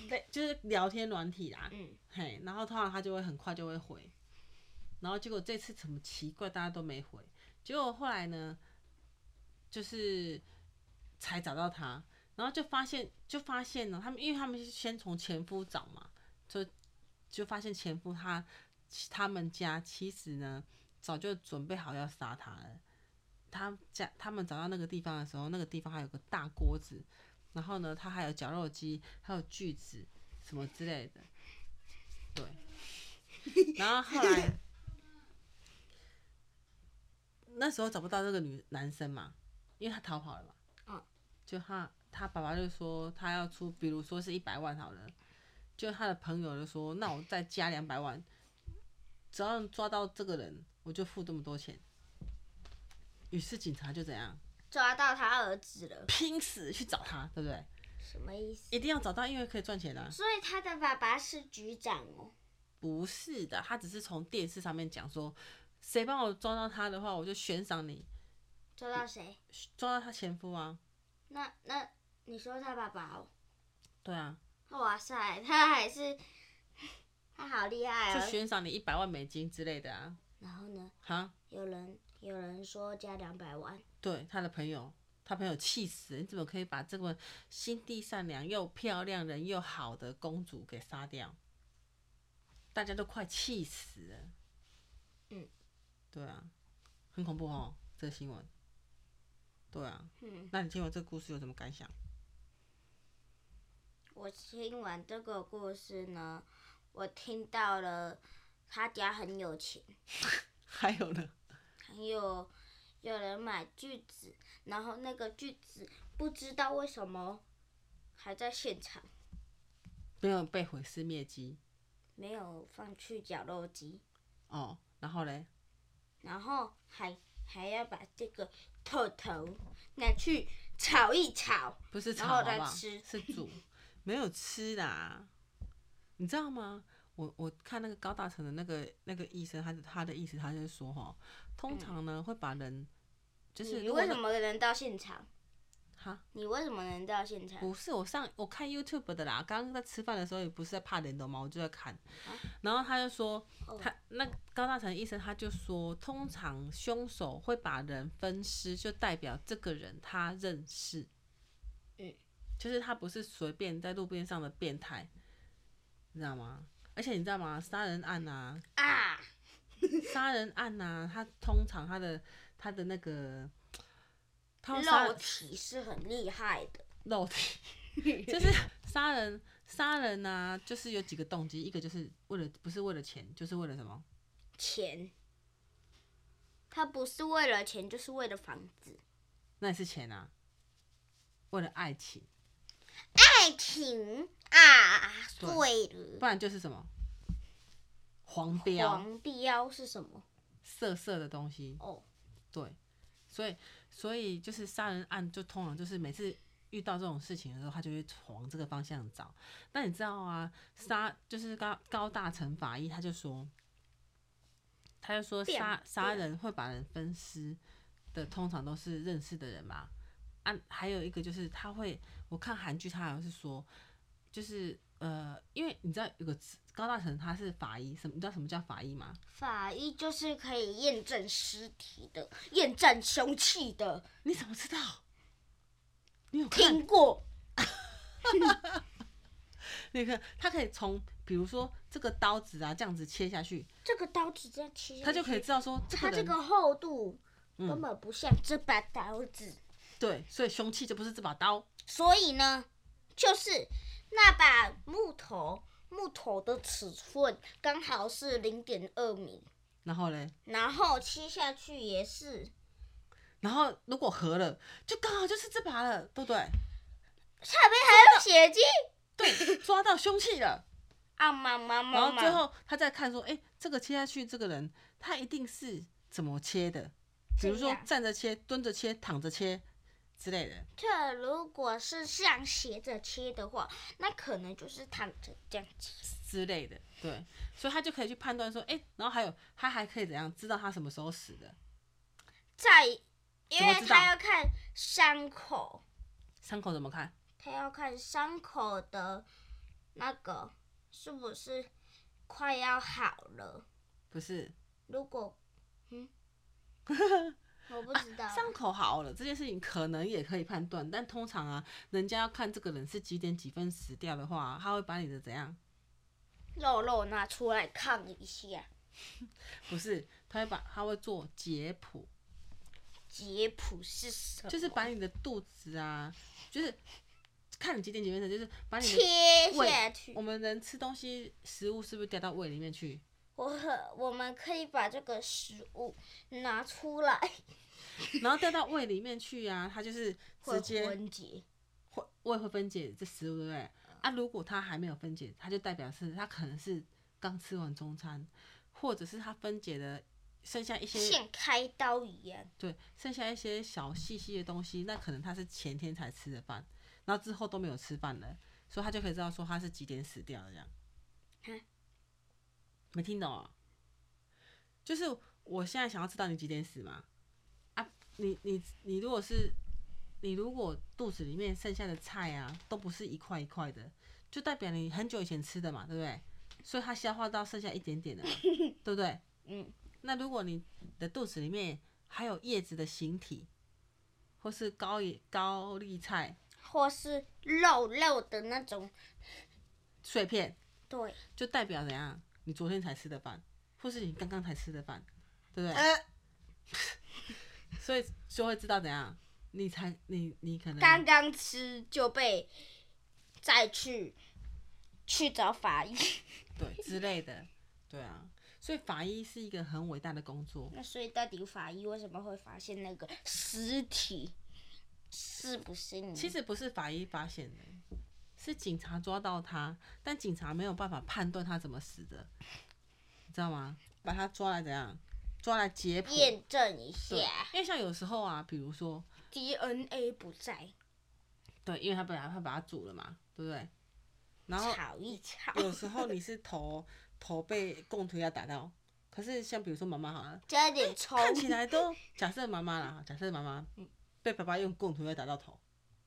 A: 对，就是聊天软体啦，
B: 嗯，
A: 嘿，然后通常他就会很快就会回，然后结果这次怎么奇怪，大家都没回，结果后来呢，就是才找到他，然后就发现就发现呢，他们因为他们是先从前夫找嘛，就就发现前夫他他们家其实呢早就准备好要杀他了。他家他们找到那个地方的时候，那个地方还有个大锅子，然后呢，他还有绞肉机，还有锯子什么之类的。对，然后后来那时候找不到这个女男生嘛，因为他逃跑了嘛。
B: 嗯
A: 就他他爸爸就说他要出，比如说是一百万好了，就他的朋友就说，那我再加两百万，只要抓到这个人，我就付这么多钱。于是警察就怎样
B: 抓到他儿子了，
A: 拼死去找他，对不对？
B: 什么意思？
A: 一定要找到，因为可以赚钱啊。
B: 所以他的爸爸是局长哦。
A: 不是的，他只是从电视上面讲说，谁帮我抓到他的话，我就悬赏你，
B: 抓到谁？
A: 抓到他前夫啊。
B: 那那你说他爸爸哦？
A: 对啊，
B: 哇塞，他还是 他好厉害
A: 就
B: 哦。
A: 悬赏你一百万美金之类的啊。
B: 然后呢，
A: 哈，
B: 有人有人说加两百万，
A: 对，他的朋友，他朋友气死了，你怎么可以把这么心地善良又漂亮、人又好的公主给杀掉？大家都快气死了。
B: 嗯，
A: 对啊，很恐怖哦，这个新闻。对啊，
B: 嗯，
A: 那你听完这个故事有什么感想？
B: 我听完这个故事呢，我听到了他家很有钱，
A: 还有呢？
B: 还有有人买锯子，然后那个锯子不知道为什么还在现场，
A: 没有被毁尸灭迹
B: 没有放去绞肉机，
A: 哦。然后嘞，
B: 然后还还要把这个透头拿去炒一炒，
A: 不是炒
B: 然后
A: 好不
B: 再
A: 好？
B: 吃
A: 是煮，没有吃啦。你知道吗？我我看那个高大成的那个那个医生，他的他的意思，他就是说哈，通常呢会把人就是
B: 你
A: 如果
B: 为
A: 是
B: 什么能到现场？
A: 哈
B: 你为什么能到现场？
A: 不是，我上我看 YouTube 的啦。刚刚在吃饭的时候也不是在怕人，懂吗？我就在看，
B: 啊
A: 然后他就说，
B: 哦
A: 他那高大成医生他就说，通常凶手会把人分尸，就代表这个人他认识，
B: 嗯，
A: 就是他不是随便在路边上的变态，你知道吗？而且你知道吗？杀人案啊，
B: 啊，
A: 杀人案啊，他通常他的他的那个，他会杀
B: 肉体是很厉害的。
A: 肉体， 就是杀人杀人啊，就是有几个动机，一个就是为了不是为了钱，就是为了什么？
B: 钱，他不是为了钱，就是为了房子。
A: 那也是钱啊，为了爱情，
B: 爱情啊，
A: 对
B: 对了，
A: 不然就是什么黄标
B: 黄标是什么？
A: 色色的东西，
B: 哦，
A: 对，所以所以就是杀人案，就通常就是每次遇到这种事情的时候，他就会往这个方向找。那你知道啊，杀就是高高大成法医，他就说，他就说
B: 变
A: 杀杀
B: 变
A: 人会把人分尸的，通常都是认识的人嘛。啊，还有一个就是他会，我看韩剧，他好像是说，就是呃，因为你知道有个词高大成他是法医，什么你知道什么叫法医吗？
B: 法医就是可以验证尸体的，验证凶器的。
A: 你怎么知道？你有看
B: 听过？
A: 那个它可以从比如说这个刀子啊这样子切下去，
B: 这个刀子这样切下去，
A: 它就可以知道说这
B: 它
A: 个
B: 这
A: 人、
B: 个厚度
A: 嗯
B: 根本不像这把刀子，
A: 对，所以凶器就不是这把刀，
B: 所以呢，就是那把木头。木头的尺寸刚好是零点二米，
A: 然后嘞，
B: 然后切下去也是，
A: 然后如果合了，就刚好就是这把了，对不对？
B: 下面还有血迹。
A: 对，抓到凶器了，
B: 啊妈 妈
A: 然
B: 妈
A: 后最
B: 妈，
A: 后他再看说，哎、这个切下去这个人他一定是怎么切的，比如
B: 怎
A: 说
B: 样
A: 站着切、蹲着切、躺着切之类的。
B: 这如果是像斜着切的话，那可能就是躺着这样切。
A: 之类的，对，所以他就可以去判断说，哎、然后还有他还可以怎样知道他什么时候死的，
B: 再，因
A: 怎么知
B: 为
A: 道
B: 他要看伤口，
A: 伤口怎么看？
B: 他要看伤口的那个是不是快要好了。
A: 不是，
B: 如果， 嗯，我不知道，
A: 伤口好了这件事情可能也可以判断，但通常啊，人家要看这个人是几点几分死掉的话，他会把你的怎样？
B: 肉肉拿出来看一下
A: 不是，他会把他会做解剖，
B: 解剖是什么，
A: 就是把你的肚子啊，就是看你几点几分死，就是把你的
B: 切
A: 胃
B: 下去。
A: 我们人吃东西食物是不是掉到胃里面去？
B: 我和我们可以把这个食物拿出来，
A: 然后掉到胃里面去啊，它就是
B: 会
A: 直接
B: 分解。
A: 会胃会分解这食物，对不对？啊，如果它还没有分解，它就代表是它可能是刚吃完中餐，或者是它分解的剩下一些
B: 像开刀一样，
A: 对，剩下一些小细细的东西，那可能他是前天才吃的饭，然后之后都没有吃饭了，所以他就可以知道说他是几点死掉的这样
B: 嗯。
A: 没听懂啊？就是我现在想要知道你几点死嘛？啊，你你你如果是你如果肚子里面剩下的菜啊，都不是一块一块的，就代表你很久以前吃的嘛，对不对？所以它消化到剩下一点点的嘛，对不对？
B: 嗯，
A: 那如果你的肚子里面还有叶子的形体，或是高野高丽菜
B: 或是肉肉的那种，
A: 碎片，
B: 对，
A: 就代表怎样？你昨天才吃的饭，或是你刚刚才吃的饭，对不对？
B: 呃，
A: 所以就会知道怎样，你才你你可能
B: 刚刚吃就被再去去找法医，
A: 对之类的，对啊。所以法医是一个很伟大的工作，
B: 那所以到底法医为什么会发现那个尸体是不是你？
A: 其实不是法医发现的，是警察抓到他，但警察没有办法判断他怎么死的，你知道吗？把他抓来怎样？抓来解剖。
B: 验证一
A: 对
B: 下，
A: 因为像有时候啊，比如说，
B: DNA 不在，
A: 对，因为他本来他把它煮了嘛，对不对？然 后
B: 吵一吵，
A: 有时候你是头头被共推要打到，可是像比如说妈妈好了，
B: 加点葱，
A: 看起来 都假设妈妈啦，假设妈妈被爸爸用共推要打到头，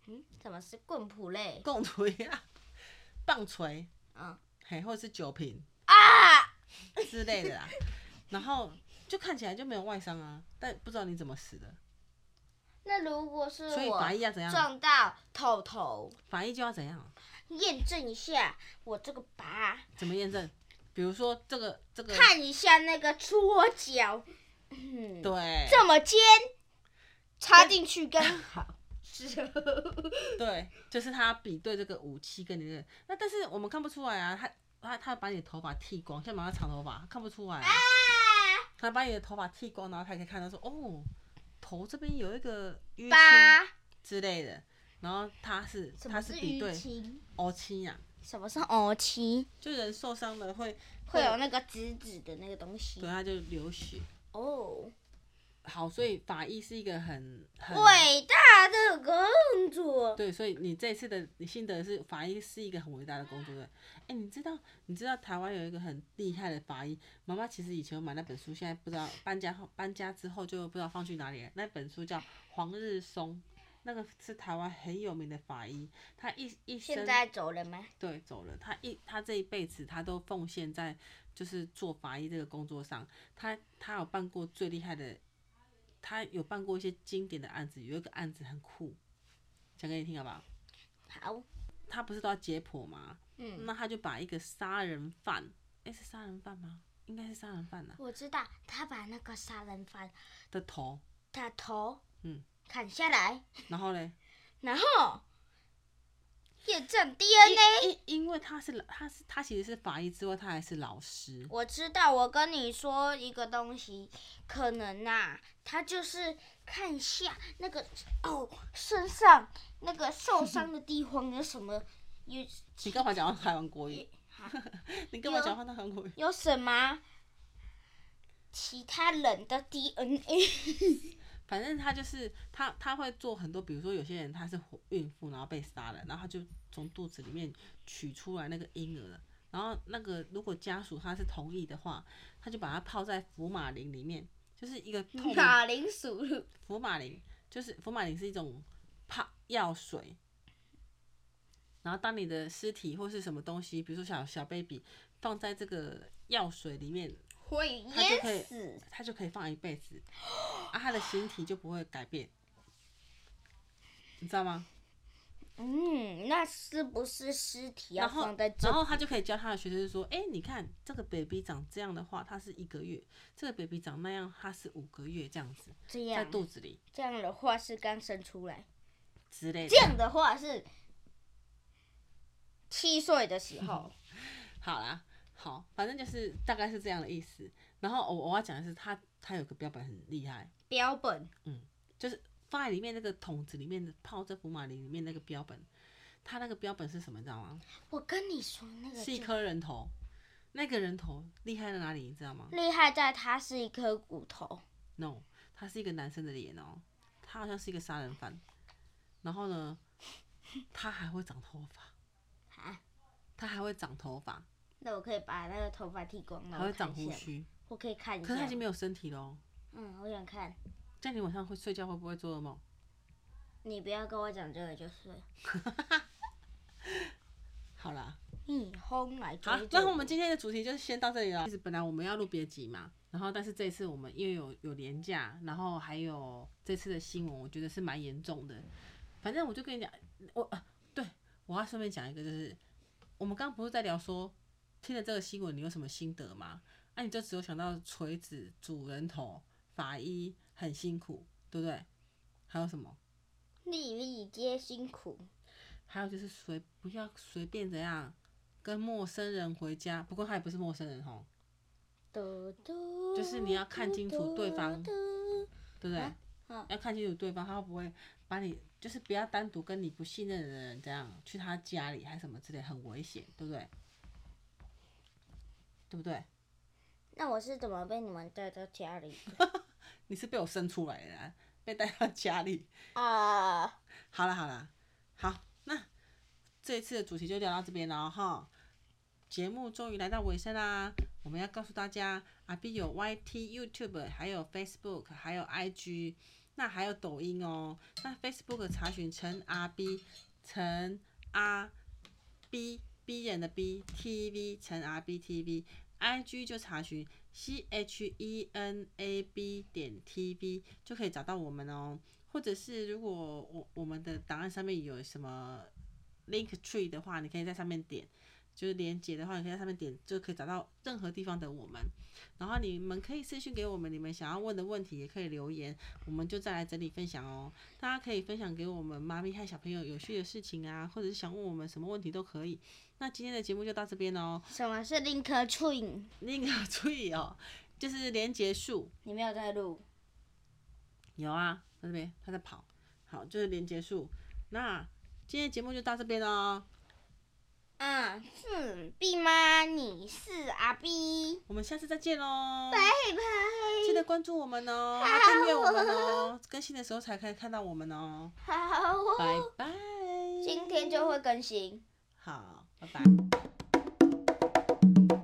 B: 嗯，怎么是棍谱类？
A: 共推啊， 棒槌，
B: 嗯
A: 嘿，或者是酒瓶
B: 啊，
A: 之类的啦， 然后就看起来就没有外伤啊，但不知道你怎么死的，
B: 那如果是
A: 所以
B: 我
A: 法医要怎样？
B: 撞到头头，
A: 法医就要怎样？
B: 验证一下我这个疤，
A: 怎么验证？比如说这个这个，
B: 看一下那个桌角，嗯，
A: 对，
B: 这么尖，插进去刚好。是，
A: 对，就是他比对这个武器跟你的那，但是我们看不出来啊，他他他把你的头发剃光，像妈妈长头发看不出来、啊，他把你的头发剃光，然后他可以看到说哦，头这边有一个淤青
B: 疤，
A: 之类的，然后他是
B: 什
A: 他
B: 么
A: 是比对
B: 淤青？
A: 哦青呀，
B: 什么是哦青？
A: 就人受伤了会
B: 会有那个紫紫的那个东西
A: 对。他就流血。
B: 哦，
A: 好，所以法医是一个很很
B: 伟大的工作。
A: 对，所以你这一次的你心得是法医是一个很伟大的工作对。哎，你知道你知道台湾有一个很厉害的法医，妈妈其实以前有买那本书，现在不知道搬家后搬家之后就不知道放去哪里了。那本书叫黄日松，那个是台湾很有名的法医，他一一生
B: 现在走了吗？
A: 对走了，他一他这一辈子他都奉献在就是做法医这个工作上，他他有办过最厉害的，他有办过一些经典的案子，有一个案子很酷，讲给你听好不好？
B: 好，
A: 他不是都要解剖吗？
B: 嗯，
A: 那他就把一个杀人犯，诶，是杀人犯吗？应该是杀人犯呐、啊
B: 我知道，他把那个杀人犯
A: 的头，
B: 的头，
A: 嗯，
B: 砍下来，
A: 然后嘞，
B: 然后验证 DNA。
A: 因因为他是他是他其实是法医之外，他还是老师，
B: 我知道，我跟你说一个东西，可能呐、他就是看一下那个哦，身上那个受伤的地方有什么，有
A: 你干嘛讲到台湾国语？
B: 啊
A: 你干嘛讲到台湾国语？
B: 有什么其他人的 DNA？
A: 反正他就是他他会做很多，比如说有些人他是孕妇，然后被杀了，然后他就从肚子里面取出来那个婴儿，然后那个如果家属他是同意的话，他就把它泡在福马林里面，就是一个透明
B: 马铃薯乳
A: 福马林就是福马林是一种泡药水，然后当你的尸体或是什么东西，比如说小小 baby 放在这个药水里面，
B: 会
A: 它就可
B: 淹
A: 以
B: 死。
A: 它就可以放一辈子，啊，它的形体就不会改变，你知道吗？
B: 嗯，那是不是尸体要
A: 然后
B: 放在这
A: 然？后他就可以教他的学生说，哎、你看这个 baby 长这样的话，它是一个月；这个 baby 长那样，它是五个月这样子，
B: 这
A: 在
B: 样
A: 肚子里
B: 这样的话是刚生出来，
A: 之类的
B: 这。样的话是七岁的时
A: 嗯
B: 候。
A: 好啦，好，反正就是大概是这样的意思。然后我我要讲的是他，他有个标本很厉害，
B: 标本
A: 就是放在里面那个桶子里面的泡在福马林里面那个标本，他那个标本是什么，你知道吗？
B: 我跟你说，那个
A: 是一
B: 就
A: 颗人头，那个人头厉害在哪里，你知道吗
B: 厉害在它是一颗骨头，
A: ？No，他是一个男生的脸哦，他好像是一个杀人犯。然后呢，他还会长头发，
B: 啊，
A: 他还会长头发，
B: 那我可以把那个头发剃光，然
A: 还
B: 后
A: 会长
B: 看一
A: 胡
B: 下
A: 须，
B: 我可以看一
A: 可是他
B: 下
A: 已经。没有身体喽。
B: 嗯，我想看，
A: 这样你晚上会睡觉会不会做噩梦？
B: 你不要跟我讲这个就是。
A: 好啦。
B: 逆风来追
A: 好
B: 逐。，
A: 啊那我们今天的主题就是先到这里了。其实本来我们要录别集嘛，然后但是这一次我们因为有有廉价，然后还有这次的新闻，我觉得是蛮严重的。反正我就跟你讲，我啊对我要顺便讲一个，就是我们刚刚不是在聊说听了这个新闻，你有什么心得吗？那、你就只有想到锤子、主人头、法医很辛苦，对不对？还有什么？
B: 粒粒皆辛苦。
A: 还有就是随不要随便怎样跟陌生人回家，不过他也不是陌生人吼，
B: 嘟嘟
A: 就是你要看清楚对方
B: 嘟嘟
A: 对不对？
B: 嗯
A: 要看清楚对方，他会不会把你，就是不要单独跟你不信任的人这样去他家里还是什么之类，很危险，对不对？对不对？
B: 那我是怎么被你们带到家里的？
A: 你是被我生出来的啊、被带到家里。
B: 啊、
A: 好了好了，好，那这一次的主题就聊到这边了哦哈。节目终于来到尾声啦，我们要告诉大家，阿 B 有 YT、YouTube，还有 Facebook，还有 IG，那还有抖音哦。那 Facebook 查询陈阿 B，陈阿 B B 人的 B TV 陈 R B TV。IG 就查询 C H E N A B 点 T V 就可以找到我们哦，或者是如果我我们的档案上面有什么 link tree 的话，你可以在上面点，就是连接的话，你可以在上面点，就可以找到任何地方的我们。然后你们可以私讯给我们你们想要问的问题，也可以留言，我们就再来整理分享哦。大家可以分享给我们妈咪和小朋友有趣的事情啊，或者是想问我们什么问题都可以。那今天的节目就到这边哦。
B: 什么是 link tree？
A: 那个 注意哦，就是连结束
B: 你没有在录，
A: 有啊，在这边他在跑，好，就是连结束。那今天节目就到这边喽，
B: 啊，是 B 吗？你是阿 B，
A: 我们下次再见喽，
B: 拜拜。
A: 记得关注我们哦，订阅我们哦，更新的时候才可以看到我们哦，
B: 好、
A: 拜
B: 哦，
A: 拜，
B: 今天就会更新。
A: 好，拜拜。